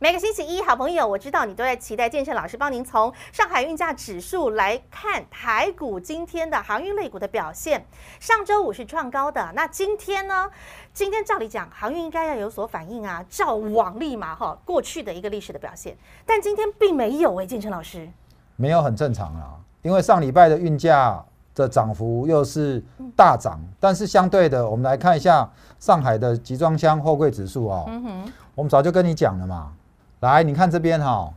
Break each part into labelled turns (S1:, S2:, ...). S1: 每个星期一，好朋友，我知道你都在期待建成老师帮您从上海运价指数来看台股今天的航运类股的表现。上周五是创高的，那今天呢？今天照理讲，航运应该要有所反应啊，照往例嘛，哈，过去的一个历史的表现，但今天并没有哎、建成老师，
S2: 没有很正常啦，因为上礼拜的运价的涨幅又是大涨，
S1: 嗯
S2: 但是相对的，我们来看一下上海的集装箱货柜指数哦，
S1: 嗯哼，
S2: 我们早就跟你讲了嘛。来，你看这边哈、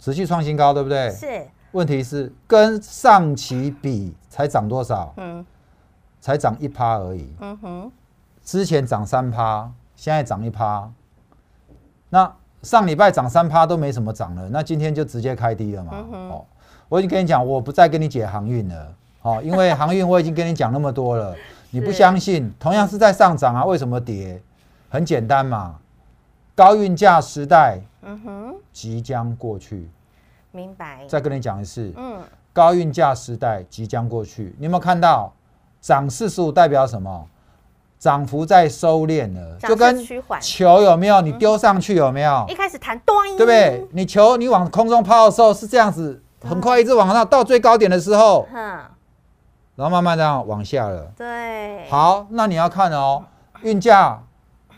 S2: 持续创新高，对不对？
S1: 是，
S2: 问题是跟上期比才涨多少？
S1: 嗯
S2: 才涨一趴而已。
S1: 嗯哼，
S2: 之前涨三趴，现在涨一趴。那上礼拜涨三趴都没什么涨了，那今天就直接开低了嘛。
S1: 嗯哼
S2: 哦，我已经跟你讲，我不再跟你解航运了。哦，因为航运我已经跟你讲那么多 了，你不
S1: 是
S2: 相信，同样是在上涨啊，为什么跌？很简单嘛，高运价时代
S1: 嗯哼，
S2: 即将过去。
S1: 明白，
S2: 再跟你讲一次，
S1: 嗯，
S2: 高运价时代即将过去。你有没有看到涨四十五代表什么？涨幅在收敛了，
S1: 涨势
S2: 就跟
S1: 趋缓
S2: 球有没有？你丢上去有没有？
S1: 一开始谈端，
S2: 对不对？？你球你往空中抛的时候是这样子，
S1: 嗯
S2: 很快一直往上，到最高点的时候，
S1: 哼，
S2: 然后慢慢这样往下了。
S1: 对，
S2: 好，那你要看哦，运价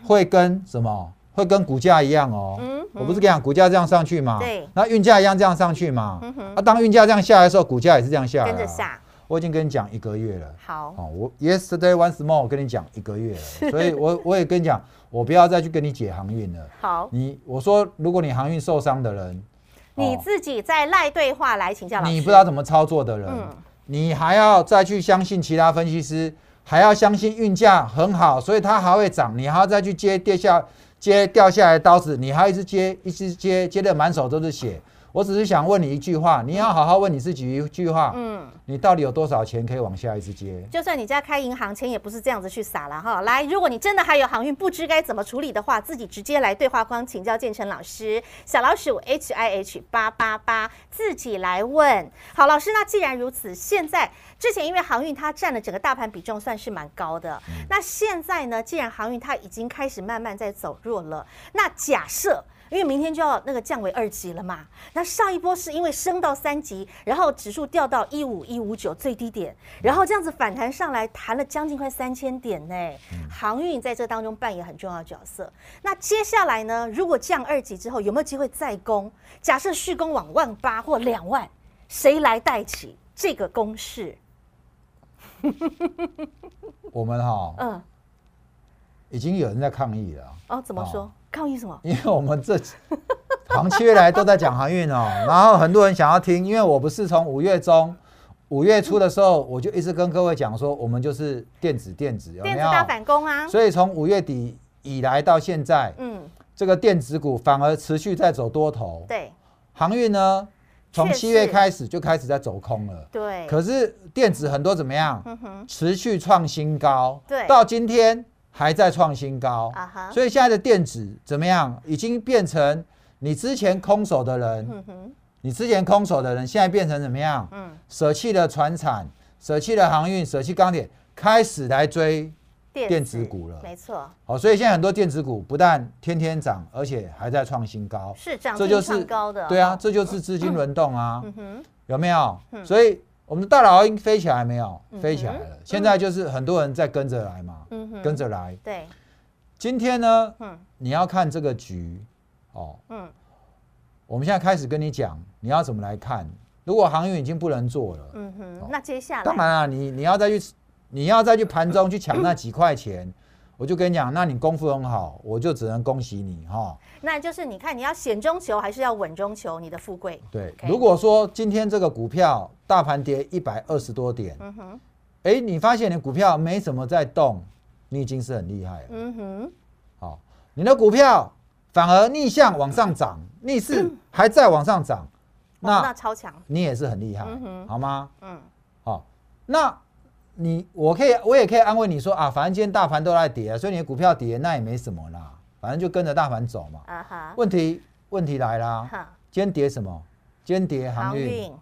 S2: 会跟什么？会跟股价一样哦。
S1: 嗯
S2: 我不是跟你讲股价这样上去嘛？
S1: 对
S2: 那运价一样这样上去嘛？
S1: 嗯哼
S2: 啊，当运价这样下来的时候，股价也是这样下来、啊。
S1: 跟着。下，
S2: 我已经跟你讲一个月了。
S1: 好，
S2: 哦，我 yesterday once more，我跟你讲一个月 了，所以我我也跟你讲，我不要再去跟你解航运了。
S1: 好，
S2: 你我说，如果你航运受伤的人，
S1: 你
S2: 哦
S1: 自己在赖对话来请教老师，
S2: 你不知道怎么操作的人，
S1: 嗯
S2: 你还要再去相信其他分析师，还要相信运价很好，所以它还会涨，你还要再去接跌下接掉下来的刀子，你还要一直接一直接接的满手都是血。我只是想问你一句话，你要好好问你自己一句话，
S1: 嗯，
S2: 你到底有多少钱可以往下一直接？
S1: 就算你家开银行，钱也不是这样子去撒了哈。来，如果你真的还有航运不知该怎么处理的话，自己直接来对话框请教建成老师，小老鼠 H I H 八八八，自己来问。好，老师，那既然如此，现在之前因为航运它占了整个大盘比重算是蛮高的，那现在呢，既然航运它已经开始慢慢在走弱了，那假设。因为明天就要那个降为二级了嘛。那上一波是因为升到三级，然后指数掉到一五一五九最低点，然后这样子反弹上来，弹了将近快三千点呢。
S2: 嗯
S1: 航运在这当中扮演很重要的角色。那接下来呢，如果降二级之后，有没有机会再攻？假设续攻往万八或两万，谁来带起这个攻势？
S2: 我们哈、
S1: 嗯，
S2: 已经有人在抗议了，
S1: 哦，怎么说？
S2: 哦
S1: 抗议什么？
S2: 因为我们这行七月来都在讲航运哦，然后很多人想要听，因为我不是从五月中、五月初的时候，我就一直跟各位讲说，我们就是电子电子有没
S1: 电子大
S2: 有？
S1: 反攻啊！
S2: 所以从五月底以来到现在，
S1: 嗯，
S2: 这个电子股反而持续在走多头，
S1: 对
S2: 航运呢，从
S1: 确
S2: 七月
S1: 实
S2: 开始就开始在走空了。
S1: 对，
S2: 可是电子很多怎么样？
S1: 嗯哼，
S2: 持续创新高，
S1: 对
S2: 到今天还在创新高
S1: 啊哈
S2: 所以现在的电子怎么样？已经变成你之前空手的人，
S1: 嗯哼，
S2: 你之前空手的人，现在变成怎么样？
S1: 嗯，
S2: 舍弃了船产，舍弃了航运，舍弃钢铁，开始来追。电子股了哦
S1: 没错，
S2: 好，所以现在很多电子股不但天天涨，而且还在创新高，
S1: 是涨
S2: 这
S1: 这
S2: 就
S1: 就是是高的，哦
S2: 对啊，，这就是资金轮动啊。
S1: 嗯哼，
S2: 有没有？所以我们的大老鹰飞起来没有？飞起来了。现在就是很多人在跟着来嘛，
S1: 嗯哼
S2: 跟着来。
S1: 对，
S2: 今天呢，
S1: 嗯
S2: 你要看这个局哦。
S1: 嗯
S2: 我们现在开始跟你讲，你要怎么来看？如果航运已经不能做了，
S1: 嗯哼，那接下来
S2: 当然啊，你你要再去，你要再去盘中去抢那几块钱， 我就跟你讲，那你功夫很好，我就只能恭喜你哈、
S1: 那就是你看你要险中求还是要稳中求，你的富贵，
S2: 对
S1: OK
S2: 如果说今天这个股票大盘跌一百二十多点，
S1: 嗯哼，
S2: 哎，你发现你股票没什么在动，你已经是很厉害了。哦
S1: 嗯哼，
S2: 好、 你的股票反而逆向往上涨，逆势还在往上涨，
S1: 哦那
S2: 那
S1: 超强，
S2: 你也是很厉害
S1: 嗯，哼
S2: 好吗？
S1: 嗯，
S2: 哦，那你我可以，我也可以安慰你说啊，反正今天大盘都在跌啊，所以你的股票跌那也没什么啦，反正就跟着大盘走嘛。
S1: 啊哈，
S2: 问题问题来啦，
S1: 哈，
S2: 今天跌什么？今天跌啊航
S1: 航
S2: 运，
S1: 运，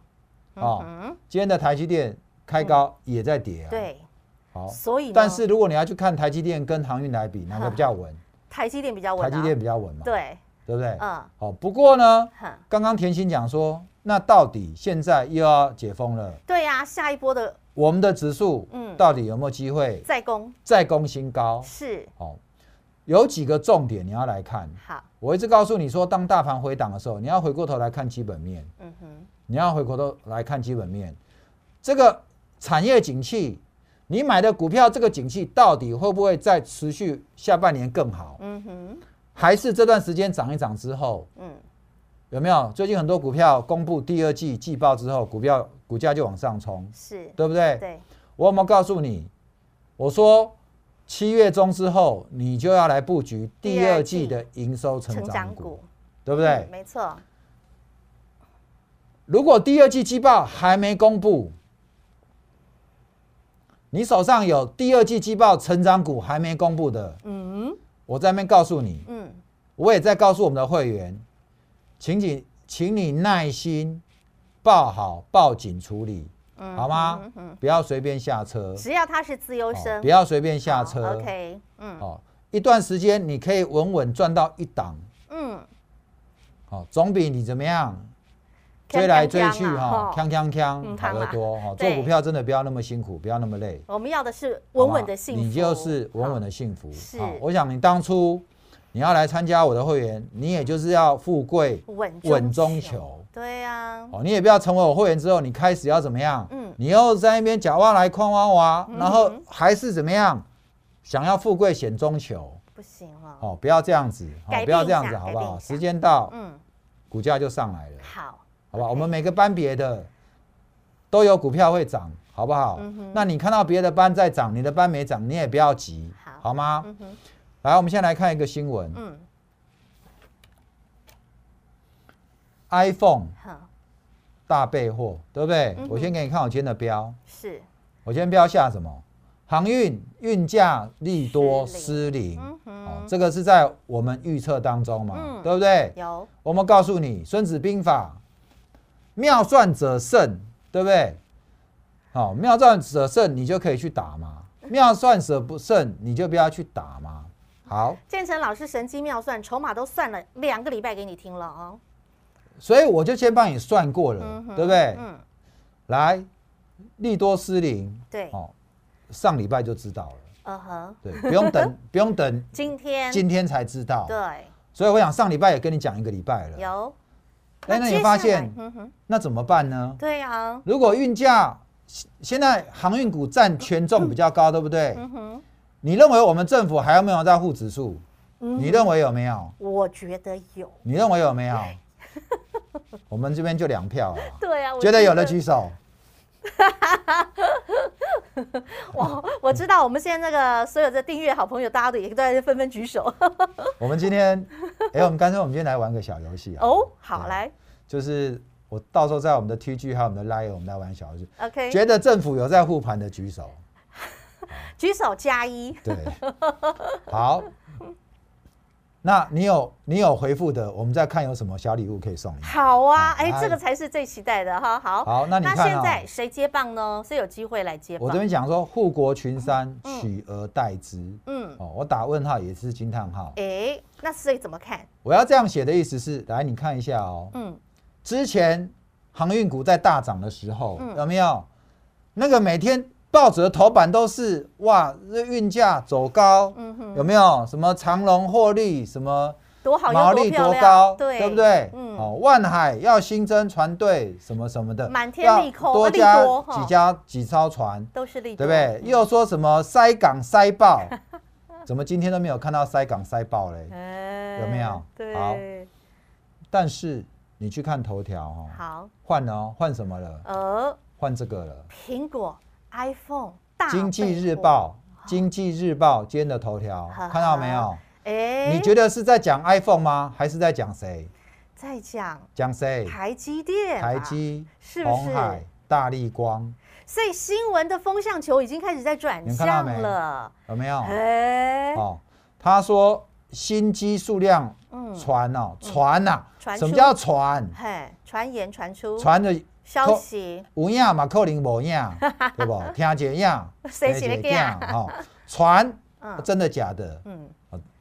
S2: 哦
S1: 嗯哼，
S2: 今天的台积电开高也在跌啊。，
S1: 嗯对，
S2: 好。
S1: 所以呢
S2: 但是如果你要去看台积电跟航运来比，哪个比较稳？
S1: 台积电比较稳
S2: 台
S1: 啊，
S2: 积电比较稳嘛，
S1: 对，
S2: 对不对？
S1: 嗯，
S2: 好，不过呢，
S1: 哼，
S2: 刚刚甜心讲说，那到底现在又要解封了，
S1: 对呀，下一波的
S2: 我们的指数
S1: 嗯
S2: 到底有没有机会
S1: 再攻
S2: 再攻新高？
S1: 是
S2: 好，有几个重点你要来看。
S1: 好，
S2: 我一直告诉你说，当大盘回档的时候，你要回过头来看基本面，
S1: 嗯哼，
S2: 你要回过头来看基本面。这个产业景气，你买的股票这个景气到底会不会再持续下半年更好，
S1: 嗯哼，
S2: 还是这段时间涨一涨之后，
S1: 嗯，
S2: 有没有？最近很多股票公布第二季季报之后，股票股价就往上冲，
S1: 是，
S2: 对不对？
S1: 对，
S2: 我有没有告诉你？我说七月中之后，你就要来布局第二季的营收成
S1: 成
S2: 长
S1: 长
S2: 股，
S1: 股，
S2: 对不
S1: 嗯
S2: 对？
S1: 没错，
S2: 如果第二季季报还没公布，你手上有第二季季报成长股还没公布的，
S1: 嗯
S2: 我在那边告诉你，
S1: 嗯，
S2: 我也在告诉我们的会员，请你请你耐心报好报警处理，
S1: 嗯
S2: 好吗
S1: 嗯嗯，
S2: 不要随便下车，
S1: 只要他是自由
S2: 哦
S1: 生，
S2: 不要随便下
S1: 好
S2: 车。
S1: ，OK，嗯
S2: 哦，一段时间你可以稳稳赚到一档，
S1: 嗯，
S2: 哦，总比你怎么样
S1: 锵
S2: 追来追去
S1: 锵锵啊
S2: 哈，
S1: 吼
S2: 锵锵锵
S1: 嗯
S2: 好得多哈。哦
S1: 对
S2: 做股票真的不要那么辛苦，不要那么累，
S1: 我们要的是
S2: 好
S1: 稳
S2: 不好
S1: 稳的幸福，
S2: 你就是稳稳的幸福。
S1: 是
S2: 好我想你当初你要来参加我的会员，你也就是要富贵
S1: 好稳
S2: 稳
S1: 中
S2: 中求。
S1: 对啊呀，
S2: 哦，你也不要成为我会员之后，你开始要怎么样？
S1: 嗯
S2: 你又在那边假挖来框挖挖，
S1: 嗯
S2: 然后还是怎么样？想要富贵险中求，
S1: 不行哦，
S2: 哦，不要这样子，
S1: 改变
S2: 哦，不要这样
S1: 一
S2: 子，
S1: 下
S2: 好
S1: 改
S2: 不
S1: 变一下
S2: 好？时间到，
S1: 嗯，
S2: 股价就上来了，
S1: 好，
S2: 好不
S1: OK
S2: 好？我们每个班别的都有股票会涨，好不好
S1: 嗯哼？
S2: 那你看到别的班在涨，你的班没涨，你也不要急
S1: 好，
S2: 好吗？
S1: 嗯哼，
S2: 来，我们先来看一个新闻
S1: 嗯，
S2: ，iPhone
S1: 好，
S2: 大备货，对不对
S1: 嗯哼？
S2: 我先给你看我今天的标，
S1: 是，
S2: 我今天标下什么？航运运价利多
S1: 失
S2: 失灵，
S1: 嗯
S2: 哦
S1: 哼，，
S2: 这个是在我们预测当中嘛
S1: 嗯，
S2: 对不对？
S1: 有，
S2: 我们告诉你，《孙子兵法》妙算者胜，对不对？好、妙算者胜，你就可以去打嘛；妙算者不胜，你就不要去打嘛。好，
S1: 建成老师神机妙算，筹码都算了两个礼拜给你听了哦，
S2: 所以我就先帮你算过了，
S1: 嗯哼
S2: 对不对？
S1: 嗯，
S2: 来，利多失灵，
S1: 对，
S2: 哦，上礼拜就知道了，
S1: 嗯哼，
S2: 对，不用 等，不用等
S1: 今天，
S2: 今天才知道。
S1: 嗯对，
S2: 所以我想上礼拜也跟你讲一个礼拜了，
S1: 有，
S2: 哎那你
S1: 接
S2: 发
S1: 下来
S2: 现
S1: 嗯哼，
S2: 那怎么办呢？
S1: 对啊，
S2: 如果运价现现在航运股占权重比较高，对不对？
S1: 嗯哼，
S2: 你认为我们政府还有没有在护指数？
S1: 嗯
S2: 你认为有没有？
S1: 我觉得有，
S2: 你认为有没有？ 我们这边就两票了啊，
S1: 对啊，我
S2: 觉得有的举手。
S1: 我我知道，我们现在那个所有的订阅好朋友，大家都也都在纷纷举手
S2: 我们今天，哎，我们干脆我们今天来玩个小游戏啊。
S1: 哦，好，
S2: 对，
S1: 来
S2: 就是我到时候在我们的 TG 还有我们的 Line，我们来玩小游戏。
S1: ，OK，
S2: 觉得政府有在护盘的举手。
S1: 举手加一，
S2: 对，好。那你有你有回复的，我们再看有什么小礼物可以送你。
S1: 好啊，哎、
S2: 来
S1: 这个才是最期待的哈。好，
S2: 好那你看啊
S1: 现在谁接棒呢？是有机会来接棒。
S2: 我这边讲说，护国群山，
S1: 嗯
S2: 取而代之。
S1: 嗯，
S2: 哦，我打问号也是惊叹号。
S1: 哎、那所以怎么看？
S2: 我要这样写的意思是，来你看一下哦，
S1: 嗯，
S2: 之前航运股在大涨的时候，
S1: 嗯
S2: 有没有那个每天报纸的头版都是哇，这运价走高，
S1: 嗯哼
S2: 有没有什么长隆获利什么？
S1: 多好
S2: 毛
S1: 又多
S2: 利
S1: 漂
S2: 多
S1: 亮，
S2: 高，
S1: 对，
S2: 不对？
S1: 嗯，
S2: 哦，万海要新增船队什么什么的，
S1: 满天利空
S2: 要多
S1: 利
S2: 加
S1: 多哈
S2: 几家几艘船，
S1: 都是利多，嗯
S2: 对不对？又说什么塞港塞爆，怎么今天都没有看到塞港塞爆嘞？
S1: 哎
S2: 有没有
S1: 对，
S2: 好但是你去看头条哦，
S1: 好，
S2: 换了哦，换什么了？
S1: 呃，
S2: 换这个了，
S1: 苹果、iPhone、大
S2: 《
S1: 倍
S2: 经济日
S1: 获，
S2: 报》。《经济日报》今天的头条
S1: 呵呵
S2: 看到没有？
S1: 哎、
S2: 你觉得是在讲 iPhone 吗？还是在讲谁？
S1: 再讲
S2: 讲谁？
S1: 台积电，
S2: 台，积、
S1: 是不
S2: 红
S1: 是
S2: 海、大力光，
S1: 所以新闻的风向球已经开始在转
S2: 你们看到
S1: 向
S2: 没
S1: 了，
S2: 有没有？
S1: 哎，
S2: 哦，他说新机数量
S1: 嗯，
S2: 传哦，传呐、
S1: 传
S2: 什么
S1: 出
S2: 叫传？
S1: 嘿，传言传出
S2: 传的
S1: 消
S2: 扣
S1: 息，
S2: 有影嘛，扣零无影，对不？听一个影，
S1: 谁
S2: 听
S1: 一个
S2: 一个
S1: 影
S2: 影哦，传哦
S1: 嗯
S2: 真的假的？
S1: 嗯，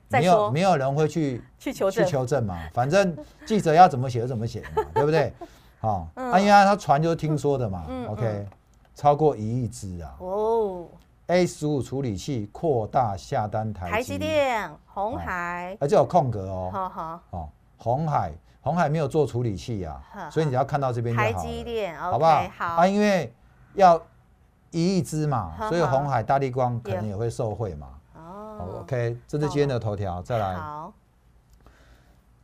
S1: 再
S2: 没
S1: 说
S2: 有没有人会去
S1: 去求
S2: 去
S1: 证，
S2: 求证嘛，反正记者要怎么写就怎么写嘛，对不对？哦，
S1: 嗯
S2: 啊，因为他传就是听说的嘛
S1: 嗯嗯
S2: ，OK，超过一亿只啊
S1: 哦，
S2: ，A 十五处理器扩大下单台
S1: 台积
S2: 积，
S1: 电、红海，
S2: 而且有空格哦，
S1: 哈哈，
S2: 哦，红海红海没有做处理器呀
S1: 呵呵，
S2: 所以你只要看到这边就
S1: 台
S2: 好了
S1: 积。电
S2: 好不好
S1: ，OK，？好
S2: 啊，，因为要一亿只嘛
S1: 呵，呵
S2: 所以红海、大力光可能
S1: 也
S2: 也会受惠嘛。好
S1: 哦
S2: OK，这是今天的头条，再来，
S1: 好，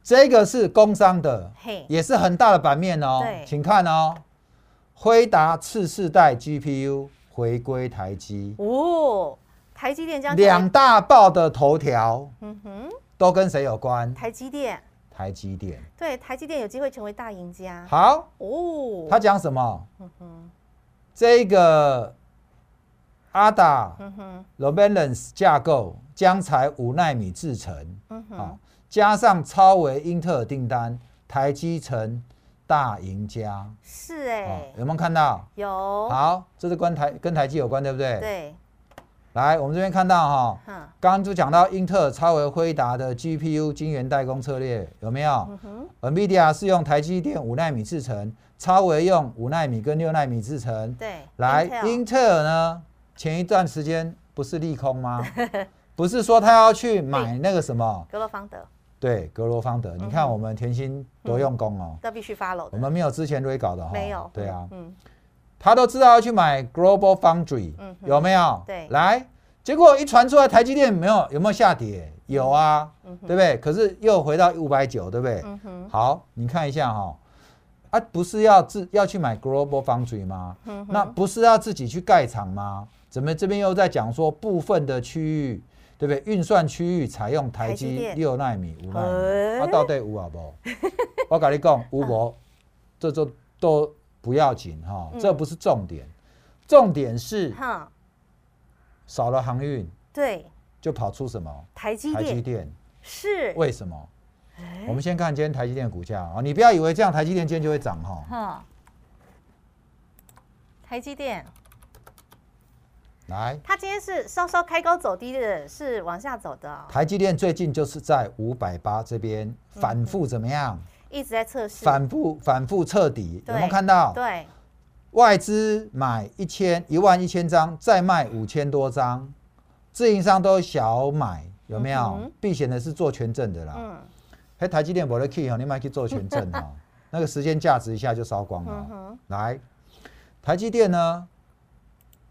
S2: 这个是工商的，
S1: 嘿，
S2: 也是很大的版面哦
S1: 对，
S2: 请看哦，辉达次世代 GPU 回归台积，
S1: 哦，台积电将成为
S2: 两，大报的头条
S1: 嗯哼，
S2: 都跟谁有关？
S1: 台积电，
S2: 台积电。
S1: 对，台积电有机会成为大赢家，
S2: 好，
S1: 哦，
S2: 他讲什么？
S1: 嗯哼，
S2: 这个阿达
S1: 嗯哼，
S2: r o b a l a n c e 架构将才五纳米制成。
S1: 嗯
S2: 啊、
S1: 哼，
S2: 加上超微英特尔订单，台积成大赢家。啊、
S1: 是哎，
S2: 有没有看到？
S1: 有，
S2: 好，这是跟台跟台积有关，对不对？。
S1: 哦对，
S2: 来，我们这边看到哈、
S1: 哼，
S2: 刚刚就讲到英特尔、超微、辉达的 GPU 晶圆代工策略有没有、
S1: 嗯哼，
S2: n v i d i a 是用台积电五纳米制程，超微用五纳米跟六纳米制程。
S1: 对，
S2: 来，
S1: Intel
S2: 英特尔呢，前一段时间不是利空吗？ 不是说他要去买那个什么？
S1: 格罗方德，
S2: 对，格罗方德，你
S1: 嗯
S2: 看我们甜心多用功哦，
S1: 这必须 follow
S2: 我
S1: 的，
S2: 们没有之前追搞的哈、
S1: 嗯没有，
S2: 对啊，
S1: 嗯，
S2: 他都知道要去买 Global Foundry，、
S1: 嗯哼
S2: 有没有？
S1: 对
S2: 来，结果一传出来，台积电没有有没有下跌？有啊，
S1: 嗯
S2: 对不对？可是又回到五百九，对不对？
S1: 嗯哼，
S2: 好，你看一下哈、啊，不是要自要去买 Global Foundry 吗？
S1: 嗯
S2: 那不是要自己去盖厂吗？怎么这边又在讲说部分的区域，对不对？运算区域采用台
S1: 台积
S2: 积
S1: 电
S2: 六纳米、五纳
S1: 哎啊
S2: 米，啊，到底有 啊不？我跟你讲，有无？这就都不要紧哈，
S1: 嗯
S2: 这不是重点，重点是
S1: 哼，
S2: 少了航运
S1: 对，
S2: 就跑出什么
S1: 台积
S2: 台
S1: 电哎
S2: 积电？
S1: 是，
S2: 为什么？我们先看今天台积电的股价啊，你不要以为这样台积电今天就会涨哈。
S1: 哼，台积电，
S2: 来，
S1: 它今天是稍稍开高走低的，是往下走的哦，
S2: 台积电最近就是在五百八这边反复怎么样？
S1: 一直在测试，
S2: 反复反复彻底，有
S1: 对
S2: 没有看到？
S1: 对，
S2: 外资买一千一万一千张，再卖五千多张，自营商都小买，有没有
S1: 嗯哼？
S2: 避险的是做权证的啦。
S1: 嗯
S2: 哎，台积电不的 key 哦，你买去做权证 哦，那个时间价值一下就烧光
S1: 嗯
S2: 了。
S1: 哼，
S2: 来，台积电呢，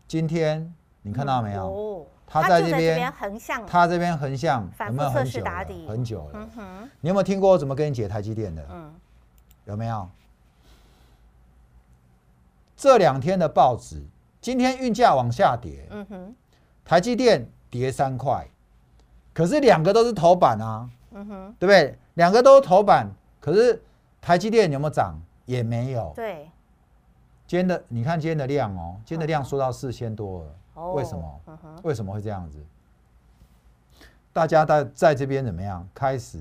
S2: 今天你看到没有？
S1: 哦，
S2: 它
S1: 它
S2: 在
S1: 就在
S2: 这
S1: 这
S2: 边
S1: 边横向，
S2: 它这边横向
S1: 反
S2: 有
S1: 复
S2: 没有
S1: 测
S2: 很
S1: 试
S2: 久
S1: 打
S2: 了
S1: 底？
S2: 很久了
S1: 嗯。哼，
S2: 你有没有听过我怎么跟你解台积电的？
S1: 嗯，
S2: 有没有？这两天的报纸，今天运价往下跌，
S1: 嗯哼，
S2: 台积电跌三块，可是两个都是头版啊，
S1: 嗯哼，
S2: 对不对？两个都是头版，可是台积电有没有涨？也没有。
S1: 对，
S2: 今天的你看今天的量哦，今天的
S1: 嗯
S2: 量缩到四千多了，
S1: 哦，
S2: 为什么？
S1: 嗯哼，
S2: 为什么会这样子？大家在在这边怎么样？开始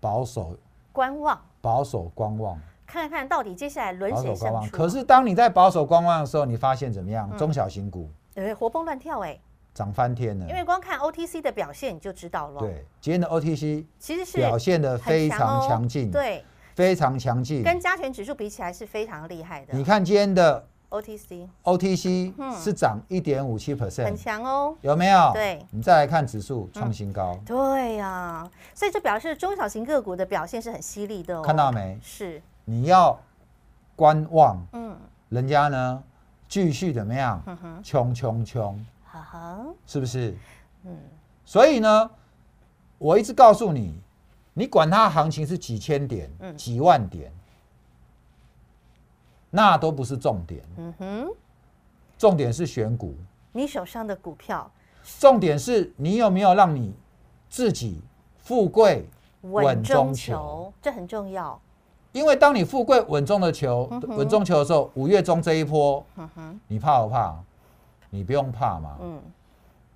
S2: 保守
S1: 观望。
S2: 保守观望。
S1: 看看到底接下来轮
S2: 保
S1: 谁
S2: 守观
S1: 胜
S2: 望。
S1: 出。
S2: 可是当你在保守观望的时候，你发现怎么
S1: 啊
S2: 样？
S1: 嗯
S2: 中小型股
S1: 呃，活蹦乱跳哎，
S2: 涨翻天了
S1: 因。为光看 OTC 的表现你就知道了。，
S2: 嗯对，今天的 OTC
S1: 其实是
S2: 表现的
S1: 很
S2: 非
S1: 强哦
S2: 常强劲，
S1: 对，
S2: 非常强劲。
S1: 跟加权指数比起来是非常厉害的。
S2: 你看今天的
S1: OTC
S2: OTC
S1: 嗯
S2: 是涨一点五七
S1: 很
S2: percent，
S1: 强哦。
S2: 有没有？
S1: 对嗯
S2: 你再来看指数创新高，
S1: 对呀、所以这表示中小型个股的表现是很犀利的哦。
S2: 看到没？
S1: 是，
S2: 你要观望，
S1: 嗯，
S2: 人家呢继续怎么样？
S1: 哼哼，
S2: 冲冲冲，
S1: 哈哈，
S2: 是不是？
S1: 嗯，
S2: 所以呢，我一直告诉你，你管它行情是几千点、
S1: 嗯
S2: 几万点，那都不是重点，
S1: 嗯哼，
S2: 重点是选股，
S1: 你手上的股票
S2: 重点是你有没有让你自己富贵
S1: 稳中
S2: 中
S1: 求，这很重要。
S2: 因为当你富贵稳中的求，
S1: 嗯
S2: 稳中求的时候，五月中这一波，你怕不怕？你不用怕嘛，
S1: 嗯，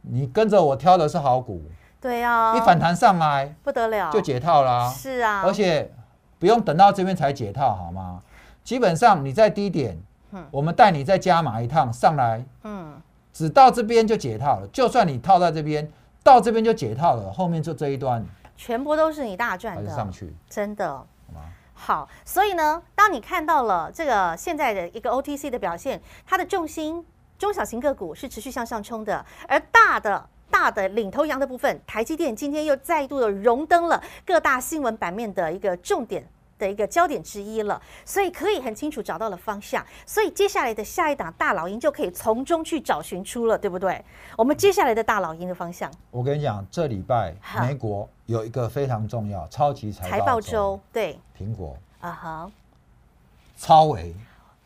S2: 你跟着我挑的是好股，
S1: 对啊，
S2: 一反弹上来
S1: 不得了，
S2: 就解套啦，
S1: 是啊，
S2: 而且不用等到这边才解套，好吗？基本上你在低点，我们带你再加码一趟上来，
S1: 嗯，
S2: 只到这边就解套了。就算你套在这边，到这边就解套了，后面就这一段
S1: 全部都是你大
S2: 还
S1: 赚
S2: 是
S1: 的，
S2: 上去，
S1: 真的
S2: 好吗？
S1: 好，所以呢，当你看到了这个现在的一个 OTC 的表现，它的重心中小型个股是持续向上冲的，而大的。大的领头羊的部分，台积电今天又再度的荣登了各大新闻版面的一个重点的一个焦点之一了，所以可以很清楚找到了方向，所以接下来的下一档大老鹰就可以从中去找寻出了，对不对？我们接下来的大老鹰的方向，
S2: 我跟你讲，这礼拜
S1: 好
S2: 美国有一个非常重要超级财
S1: 财报
S2: 报周
S1: 周，，对，
S2: 苹果、
S1: 啊哈，
S2: 超维，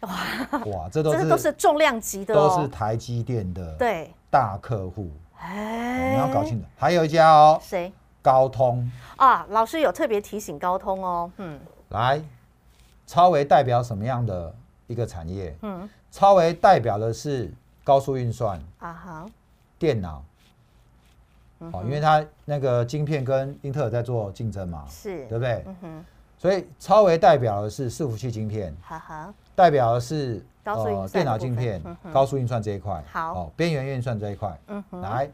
S2: 哇，这都
S1: 这
S2: 是
S1: 个都是重量级的
S2: 都
S1: 哦，
S2: 是台积电的
S1: 对，
S2: 大客户，
S1: 哎，
S2: 你要搞清楚。还有一家哦，
S1: 谁
S2: 高通
S1: 啊？老师有特别提醒高通哦，嗯
S2: 来，超维代表什么样的一个产业？
S1: 嗯
S2: 超维代表的是高速运算、
S1: 啊哈，嗯
S2: 电脑，哦，因为它那个晶片跟英特尔在做竞争嘛，
S1: 是
S2: 对，不对？
S1: 嗯哼，
S2: 所以超维代表的是伺服器晶片，
S1: 哈哈，
S2: 代表的是呃
S1: 高速运算的
S2: 电脑
S1: 部分
S2: 晶片
S1: 嗯、哼
S2: 高速运算这一块，
S1: 好
S2: 哦，边缘运算这一块。
S1: 嗯哼，
S2: 来，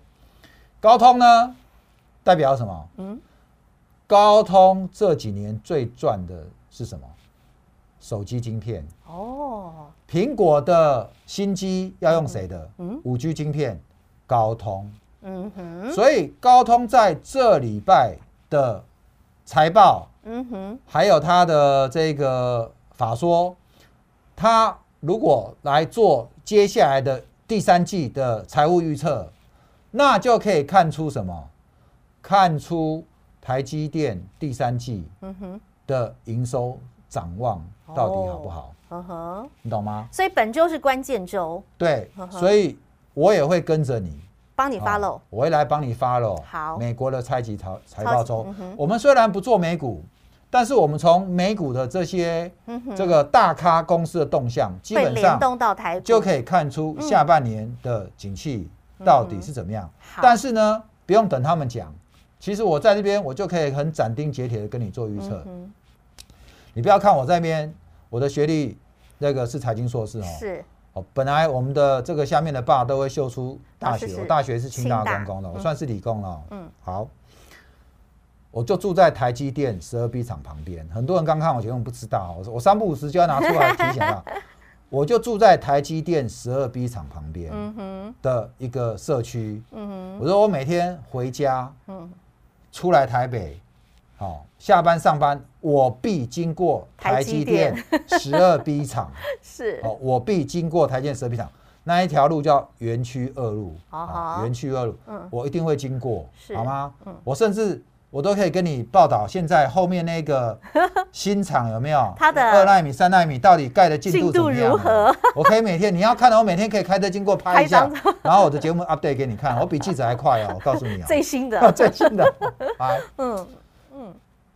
S2: 高通呢，代表什么？
S1: 嗯
S2: 高通这几年最赚的是什么？手机晶片。
S1: 哦，
S2: 苹果的新机要用谁的
S1: 嗯？
S2: 五 G 晶片，高通。
S1: 嗯哼，
S2: 所以高通在这礼拜的财报，
S1: 嗯哼，
S2: 还有它的这个法说，它如果来做接下来的第三季的财务预测，那就可以看出什么？看出台积电第三季
S1: 嗯哼，
S2: 的营收展望到底好不好，
S1: 嗯哼，
S2: 你懂吗？
S1: 所以本周是关键周，
S2: 对
S1: 呵，呵
S2: 所以我也会跟着你。
S1: 帮你
S2: 好
S1: follow，
S2: 我会来帮你 follow。
S1: 好
S2: 美国的拆集财财报周
S1: 嗯哼，
S2: 我们虽然不做美股，但是我们从美股的这些
S1: 嗯哼
S2: 这个大咖公司的动向，基
S1: 被
S2: 本
S1: 联
S2: 上
S1: 动到台股
S2: 就可以看出下半年的景气到底是怎么样
S1: 嗯好。
S2: 但是呢，不用等他们讲，其实我在这边我就可以很斩钉截铁的跟你做预测。
S1: 嗯
S2: 你不要看我这边，我的学历那个是财经硕士哦
S1: 哼，。是
S2: 哦，本来我们的这个下面的爸都会秀出大
S1: 老师
S2: 学，
S1: 啊是
S2: 我大学是清大
S1: 清大
S2: 工工的，我
S1: 嗯
S2: 算是理工了。
S1: 嗯
S2: 嗯，好，我就住在台积电十二 B 厂旁边。很多人刚看我节目不知道，哦我说我三不五时就要拿出来提醒 他。我就住在台积电十二 B 厂旁边
S1: 嗯哼，
S2: 的一个社区。
S1: 嗯哼，
S2: 我说我每天回家，
S1: 嗯
S2: 出来台北，好、下班上班，我必经过
S1: 台
S2: 台
S1: 积
S2: 积
S1: 电
S2: 电十二 B 厂。
S1: 是，
S2: 哦，我必经过台建蛇皮厂那一条路叫园区二路，
S1: 哦
S2: 啊
S1: 吼
S2: 园区二路
S1: 嗯，
S2: 我一定会经过，
S1: 是
S2: 好吗
S1: 嗯？
S2: 我甚至我都可以跟你报道，现在后面 那个新厂有没有？
S1: 它的
S2: 二纳米、三纳米到底盖的进度怎么
S1: 进度如
S2: 样？
S1: 何？
S2: 我可以每天你要看的，我每天可以开车经过拍一下
S1: 拍，
S2: 然后我的节目 update 给你看，我比记者还快哦，我告诉你
S1: 最
S2: 哦，
S1: 新的，
S2: 最新的，来，
S1: 嗯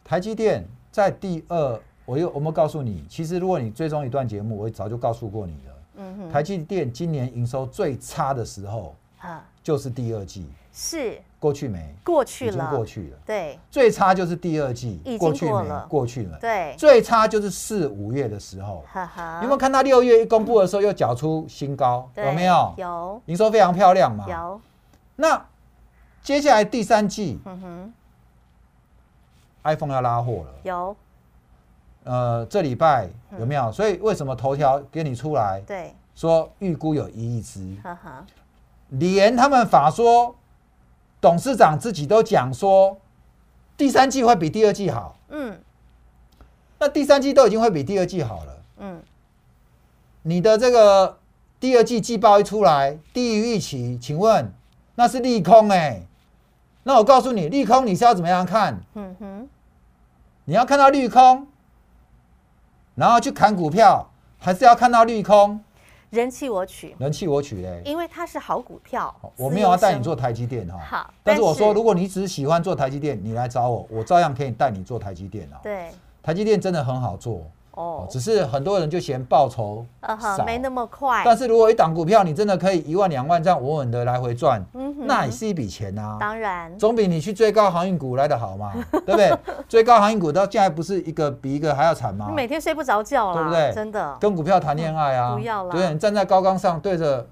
S2: 台积电在第二，我又我们告诉你，其实如果你追踪一段节目，我早就告诉过你了。
S1: 嗯哼，
S2: 台积电今年营收最差的时候
S1: 啊
S2: 就是第二季，
S1: 是
S2: 过去没？
S1: 过去
S2: 已经
S1: 了，
S2: 过去了。
S1: 对
S2: 最差就是第二季
S1: 已经，
S2: 过去
S1: 过
S2: 没
S1: 了？
S2: 过去了。
S1: 对，
S2: 最差就是四五月的时候，
S1: 哈哈，
S2: 你有没有看到六月一公布的时候又缴出新高？
S1: 对
S2: 有没有？
S1: 有
S2: 营收非常漂亮嘛。
S1: 有，
S2: 那接下来第三季
S1: 嗯哼，
S2: iPhone 要拉货了，
S1: 有
S2: 呃，这礼拜有没有？
S1: 嗯
S2: 所以为什么头条给你出来
S1: 对，
S2: 说预估有一亿只？
S1: 哈哈，
S2: 连他们法说董事长自己都讲说，第三季会比第二季好。
S1: 嗯
S2: 那第三季都已经会比第二季好了，
S1: 嗯，
S2: 你的这个第二季季报一出来低于预期，请问那是利空哎、那我告诉你，利空你是要怎么样看？
S1: 嗯哼，
S2: 你要看到利空，然后去砍股票，还是要看到利空
S1: 人气我取，
S2: 人气我取嘞？
S1: 因为它是好股票
S2: 好，我没有要带你做
S1: 资
S2: 台积电哈、
S1: 优生，好，
S2: 但是我说，如果你只喜欢做台积电，你来找我，我照样可以带你做台积电啊。
S1: 对
S2: 台积电真的很好做，
S1: 哦，
S2: 只是很多人就嫌报酬
S1: 呃
S2: 少
S1: 呵，，没那么快，
S2: 但是如果一档股票你真的可以一万两万这样稳稳的来回赚，
S1: 嗯哼
S2: 那也是一笔钱呐、
S1: 当然，
S2: 总比你去追高航运股来的 好嘛，对不对？追高航运股到现在不是一个比一个还要惨吗
S1: 你？每天睡不着觉啦，
S2: 啊对不对
S1: 真的，
S2: 跟股票谈恋爱啊，
S1: 嗯不要啦
S2: 对不对？你站在高岗上对着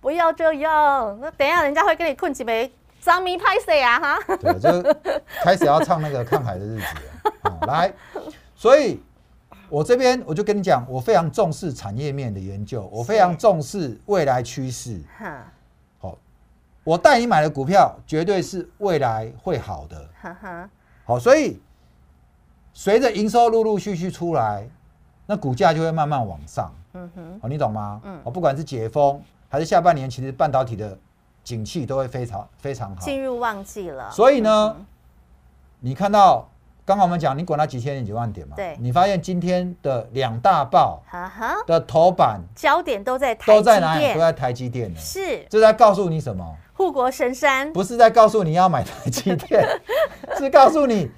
S1: 不要这样，那等一下人家会跟你困几杯。张迷拍谁啊？哈，
S2: 对，就开始要唱那个看海的日子了、啊来，所以我这边我就跟你讲，我非常重视产业面的研究，我非常重视未来趋势。
S1: 哼
S2: 好、我带你买的股票绝对是未来会好的。
S1: 哼哼，
S2: 好、所以随着营收陆陆续续出来，那股价就会慢慢往上。
S1: 嗯哼，
S2: 哦，你懂吗？
S1: 嗯
S2: 哦，不管是解封还是下半年，其实半导体的景气都会非常非常好。
S1: 进入旺季了，
S2: 所以呢，你看到刚刚我们讲，你管它几千点几万点嘛，
S1: 对
S2: 你发现今天的两大报
S1: 哈哈，
S2: 的头版
S1: 焦点都在台
S2: 都
S1: 积
S2: 在哪里？
S1: 电
S2: 都，在台积电呢。
S1: 是
S2: 这在告诉你什么？
S1: 护国神山，
S2: 不是在告诉你要买台积电， 是告诉你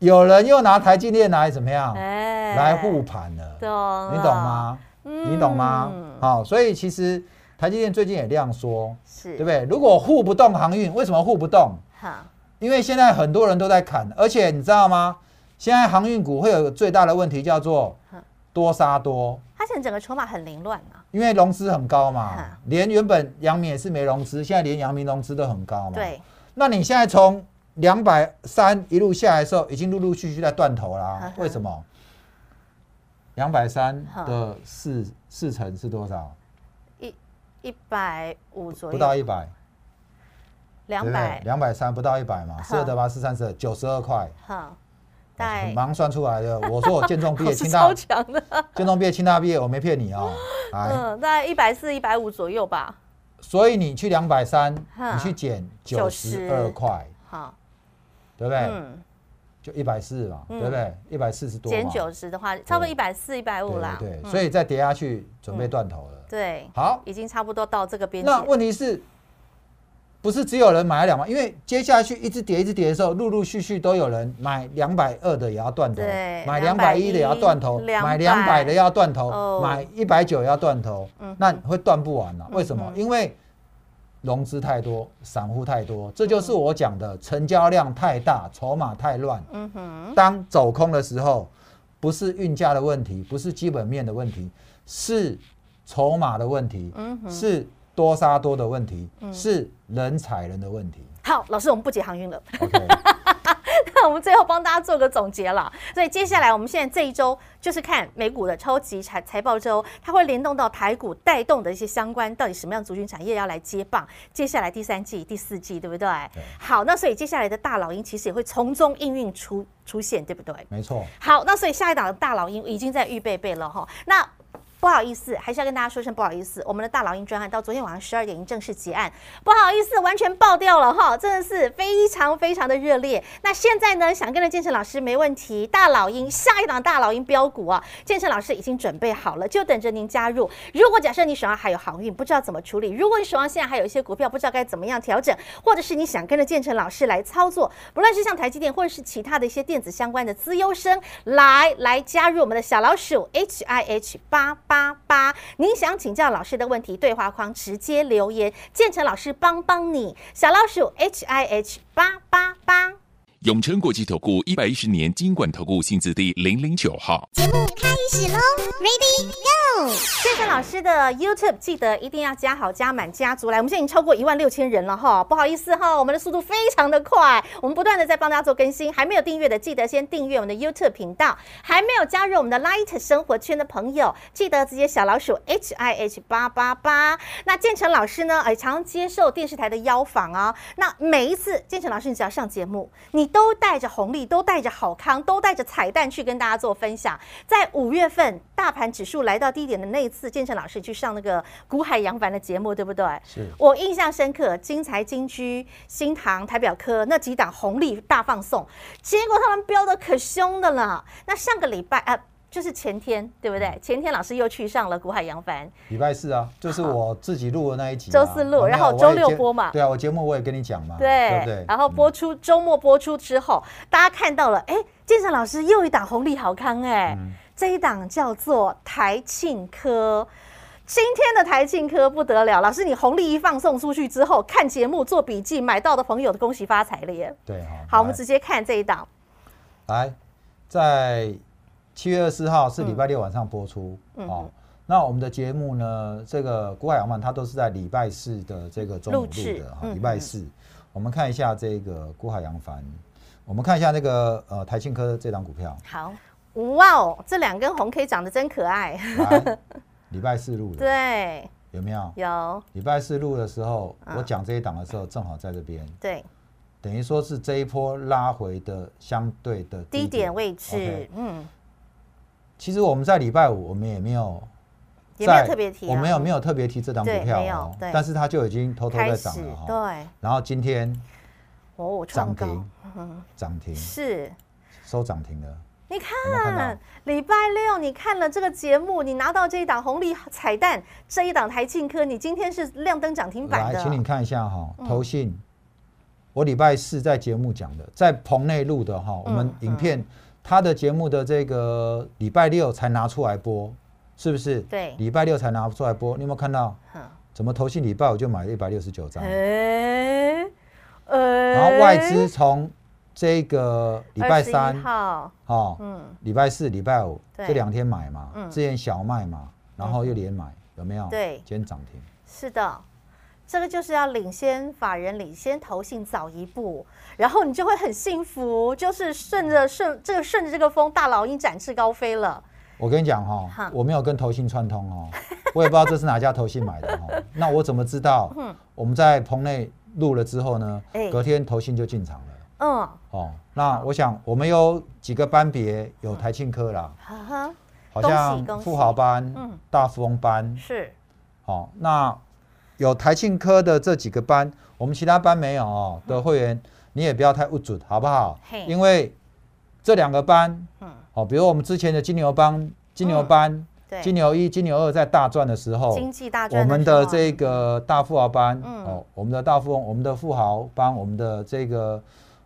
S2: 有人又拿台积电来怎么样
S1: 哎
S2: 来护盘了，
S1: 懂了
S2: 你懂？吗？你懂吗
S1: 嗯？
S2: 好，所以其实台积电最近也量缩，
S1: 是，
S2: 对不？对？如果护不动航运，为什么护不动？
S1: 哈，
S2: 因为现在很多人都在砍，而且你知道吗？现在航运股会有个最大的问题叫做
S1: 哼
S2: 多杀多，
S1: 它现在整个筹码很凌乱啊，
S2: 因为融资很高嘛
S1: 哈，
S2: 连原本阳明也是没融资，现在连阳明融资都很高嘛。，
S1: 对，
S2: 那你现在从两百三一路下来的时候，已经陆陆续续在断头
S1: 呵
S2: 啦
S1: 呵。
S2: 为什么？两百三
S1: 哼
S2: 的四四成是多少？
S1: 一百五左
S2: 不到
S1: 右，
S2: 一百，
S1: 两百，
S2: 两百三不到一百嘛，四
S1: 哼
S2: 二得八，四三十二，九十二块，
S1: 哈，大概
S2: 很忙算出来的。我说我建 中毕业，
S1: 是
S2: 清
S1: 超
S2: 大
S1: 强的，
S2: 建中毕业、清大毕业，我没骗你哦。来，
S1: 嗯，大概一百四、一百五左右吧，
S2: 所以你去两百三，
S1: 哈
S2: 你去减九十
S1: 92
S2: 二块，
S1: 好，
S2: 对不对？
S1: 嗯，
S2: 就一百四嘛，
S1: 嗯
S2: 对不对？一百四十多嘛，啊
S1: 减九十的话，差不多
S2: 对
S1: 一百四、一百五啦，
S2: 对对
S1: 嗯
S2: 对，所以再跌下去，准备断头了。
S1: 对，
S2: 好，
S1: 已经差不多到这个边界
S2: 那，问题是，不是只有人买两万？因为接下去一直跌一直跌的时候，陆陆续续都有人买两百二的也要断头
S1: 对，
S2: 买
S1: 210
S2: 两百一的也要断头，
S1: 200
S2: 买两百的也要断头
S1: 哦，
S2: 买一百九也要断头
S1: 嗯，
S2: 那会断不完啊了。为什么
S1: 嗯？哼
S2: 因为融资太多，散户太多，这就是我讲的成交量太大，筹码太乱。
S1: 嗯哼，
S2: 当走空的时候，不是运价的问题，不是基本面的问题，是筹码的问题，
S1: 嗯哼嗯
S2: 是多杀多的问题，是人踩人的 问题。
S1: 好，老师，我们不解航运了。
S2: OK，
S1: 那我们最后帮大家做个总结了。所以接下来我们现在这一周就是看美股的超级财财报周，它会联动到台股带动的一些相关，到底什么样族群产业要来接棒？接下来第三季、第四季，对不对？好，那所以接下来的大老鹰其实也会从中应运出出现，对不对？
S2: 没错。
S1: 好，那所以下一档的大老鹰已经在预备备了哈。那不好意思，还是要跟大家说声不好意思，我们的大老鹰专案到昨天晚上十二点已经正式结案，不好意思，完全爆掉了哈，真的是非常非常的热烈。那现在呢，想跟着建成老师没问题，大老鹰下一档大老鹰标股啊，建成老师已经准备好了，就等着您加入。如果假设你手上还有航运，不知道怎么处理；如果你手上现在还有一些股票，不知道该怎么样调整，或者是你想跟着建成老师来操作，不论是像台积电或者是其他的一些电子相关的资优生，来来加入我们的小老鼠 H I H 八八八。您想请教老师的问题，对话框直接留言，建成老师帮帮你。小老鼠 H I H 八八八。
S3: 永诚国际投顾一百一十年金管投顾性质第零零九号。
S1: 建成老师的 YouTube 记得一定要加好、加满、加足来。我们现在已经超过一万六千人了哈，不好意思哈，我们的速度非常的快，我们不断的在帮大家做更新。还没有订阅的，记得先订阅我们的 YouTube 频道；还没有加入我们的 Light 生活圈的朋友，记得直接小老鼠 H I H 八八八。那建成老师呢，哎，常接受电视台的邀访啊。那每一次建成老师，你只要上节目，你都带着红利，都带着好康，都带着彩蛋去跟大家做分享。在五月份大盘指数来到低点的那一次，建成老师去上那个股海扬帆的节目，对不对？
S2: 是
S1: 我印象深刻，金财、金居、新塘、台表科那几档红利大放送，结果他们飙的可凶的了。那上个礼拜啊。就是前天，对不对？前天老师又去上了股海扬帆，
S2: 礼拜四啊，就是我自己录的那一集啊，
S1: 周四录
S2: 有没有
S1: 然后
S2: 我也
S1: 周六
S2: 节
S1: 播嘛
S2: 对啊，我节目我也跟你讲嘛，
S1: 对
S2: 对不对？嗯
S1: 然后播出周末播出之后，大家看到了，哎，建成老师又一档红利好康哎、
S2: 嗯
S1: 这一档叫做台庆科。今天的台庆科不得了，老师，你红利一放送出去之后，看节目做笔记买到的朋友的恭喜发财了耶！
S2: 对哈。
S1: 好，我们
S2: 来
S1: 直接看这一档，
S2: 来，在七月二十号是礼
S1: 嗯
S2: 拜六晚上播出、哦。那我们的节目呢，这个古海洋漫它都是在礼拜四的这个中午
S1: 录
S2: 录
S1: 制
S2: 的，哈哦
S1: 嗯
S2: 礼拜四。我们看一下这个古海洋帆，我们看一下那个呃台信科这张股 票，
S1: 好，哇哦，这两根红 K 长得真可 爱，
S2: 来，礼拜四录的，
S1: 对，
S2: 有没有？
S1: 有，
S2: 礼拜四录的时候，
S1: 嗯
S2: 我讲这一档的时候，正好在这边，
S1: 对，
S2: 等于说是这一波拉回的相对的
S1: 低点位
S2: OK
S1: 置，嗯，
S2: 其实我们在礼拜五，我们也没有
S1: 也没有
S2: 在
S1: 特别提啊
S2: 我没有没有特别提这档股
S1: 对
S2: 票
S1: 没有
S2: 哦
S1: 对，
S2: 但是它就已经偷偷
S1: 开
S2: 在
S1: 始
S2: 涨了哈。
S1: 对，
S2: 然后今天
S1: 哦，创
S2: 涨
S1: 高
S2: 停，涨停
S1: 是。
S2: 收涨停了，
S1: 你
S2: 有没有看
S1: 看
S2: 到，
S1: 礼拜六你看了这个节目，你拿到这一档红利彩蛋，这一档台庆科，你今天是亮灯涨停板
S2: 来，
S1: 的。嗯
S2: 请你看一下哈，投信，我礼拜四在节目讲的，在棚内录的
S1: 嗯
S2: 哈，我们影片它的节目的这个礼拜六才拿出来播，是不是？
S1: 对嗯
S2: 礼拜六才拿出来播，你有没有看到？
S1: 哼
S2: 怎么投信礼拜五就买了一百六十九张？
S1: 哎，呃
S2: 然后外资从这个礼拜三
S1: 21号，
S2: 哦，
S1: 嗯，
S2: 礼拜四、礼拜五
S1: 对
S2: 这两天买嘛
S1: 嗯，
S2: 之前小卖嘛，然后又连买，有没有？
S1: 对
S2: 今天涨停。
S1: 是的，这个就是要领先法人，领先投信早一步，然后你就会很幸福，就是顺着顺这个顺着这个风，大老鹰展翅高飞了。
S2: 我跟你讲哈
S1: 哈，
S2: 我没有跟投信串通哦， 我也不知道这是哪家投信买的 哈，那我怎么知道？我们在棚内录了之后呢
S1: 嗯哎，
S2: 隔天投信就进场了
S1: 嗯，
S2: 哦。那我想我们有几个班别有台庆科啦，
S1: 哈哈，嗯
S2: 好
S1: 恭喜
S2: 像
S1: 恭喜
S2: 富豪班
S1: 嗯、
S2: 大富翁班、
S1: 是
S2: 好、那有台庆科的这几个班，我们其他班没有哦的会员，你也不要太误准，好不好
S1: 嘿？
S2: 因为这两个班，
S1: 嗯
S2: 好、比如我们之前的金牛班、金牛班、
S1: 对
S2: 金牛一、金牛二在大赚的时候，
S1: 经济大赚
S2: 我
S1: 时候啊。
S2: 们的这个大富豪班，
S1: 嗯
S2: 哦，我们的大富翁，我们的富豪班，我们的这个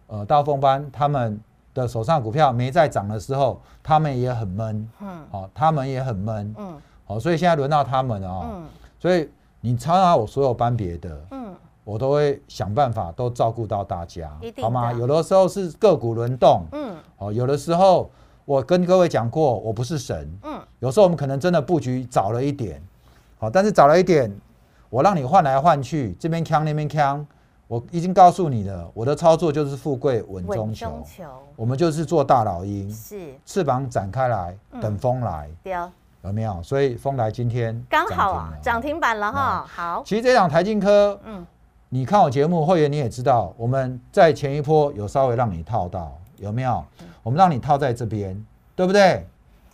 S2: 呃大富翁班，他们的手上股票没在涨的时候，他们也很闷，
S1: 嗯
S2: 哦，他们也很闷，
S1: 嗯
S2: 好、所以现在轮到他们了哦。
S1: 嗯
S2: 所以你参加我所有班别的，
S1: 嗯，
S2: 我都会想办法都照顾到大家
S1: 一定，的
S2: 好吗？有的时候是个股轮动，
S1: 嗯
S2: 哦，有的时候我跟各位讲过，我不是神，
S1: 嗯，
S2: 有时候我们可能真的布局早了一点，好、但是早了一点，我让你换来换去，这边扛那边扛，我已经告诉你了，我的操作就是富贵稳中
S1: 稳
S2: 求，
S1: 中求
S2: 我们就是做大老鹰，
S1: 是
S2: 翅膀展开来，
S1: 嗯
S2: 等风来，
S1: 对，
S2: 有没有？所以风来今天
S1: 刚好啊，
S2: 了
S1: 涨停板了哈。好，
S2: 其实这档台进科，
S1: 嗯
S2: 嗯，你看我节目会员你也知道，我们在前一波有稍微让你套到，有没有？
S1: 嗯
S2: 我们让你套在这边，对不对？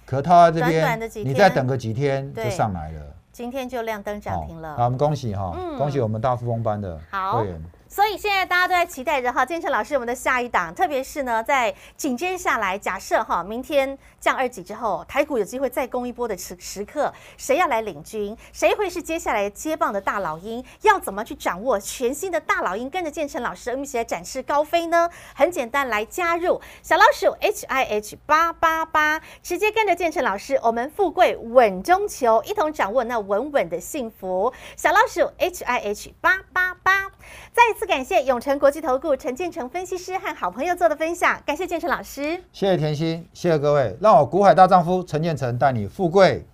S2: 可套在这
S1: 短短的
S2: 边
S1: 几，天
S2: 你再等个几天
S1: 对
S2: 就上来了，
S1: 今天就亮灯涨停
S2: 好，那
S1: 了。
S2: 我们恭喜哈
S1: 嗯，
S2: 恭喜我们大富翁班的
S1: 好
S2: 会员。
S1: 所以现在大家都在期待着哈，建成老师我们的下一档，特别是呢，在紧接下来，假设哈，明天降二级之后，台股有机会再攻一波的时时刻，谁要来领军？谁会是接下来接棒的大老鹰？要怎么去掌握全新的大老鹰，跟着建成老师我们一起来展翅高飞呢？很简单，来加入小老鼠 H I H 八八八，直接跟着建成老师，我们富贵稳中求，一同掌握那稳稳的幸福。小老鼠 H I H 八八八。再一次感谢永诚国际投顾陈建成分析师和好朋友做的分享，感谢建成老师。
S2: 谢谢甜心，谢谢各位，让我股海大丈夫陈建成带你富贵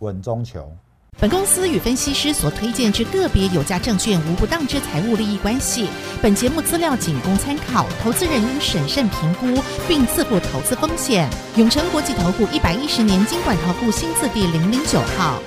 S2: 稳中求。
S4: 本公司与分析师所推荐之个别有价证券无不当之财务利益关系。本节目资料仅供参考，投资人应审慎评估并自负投资风险。永诚国际投顾一百一十年经管投顾新字第零零九号。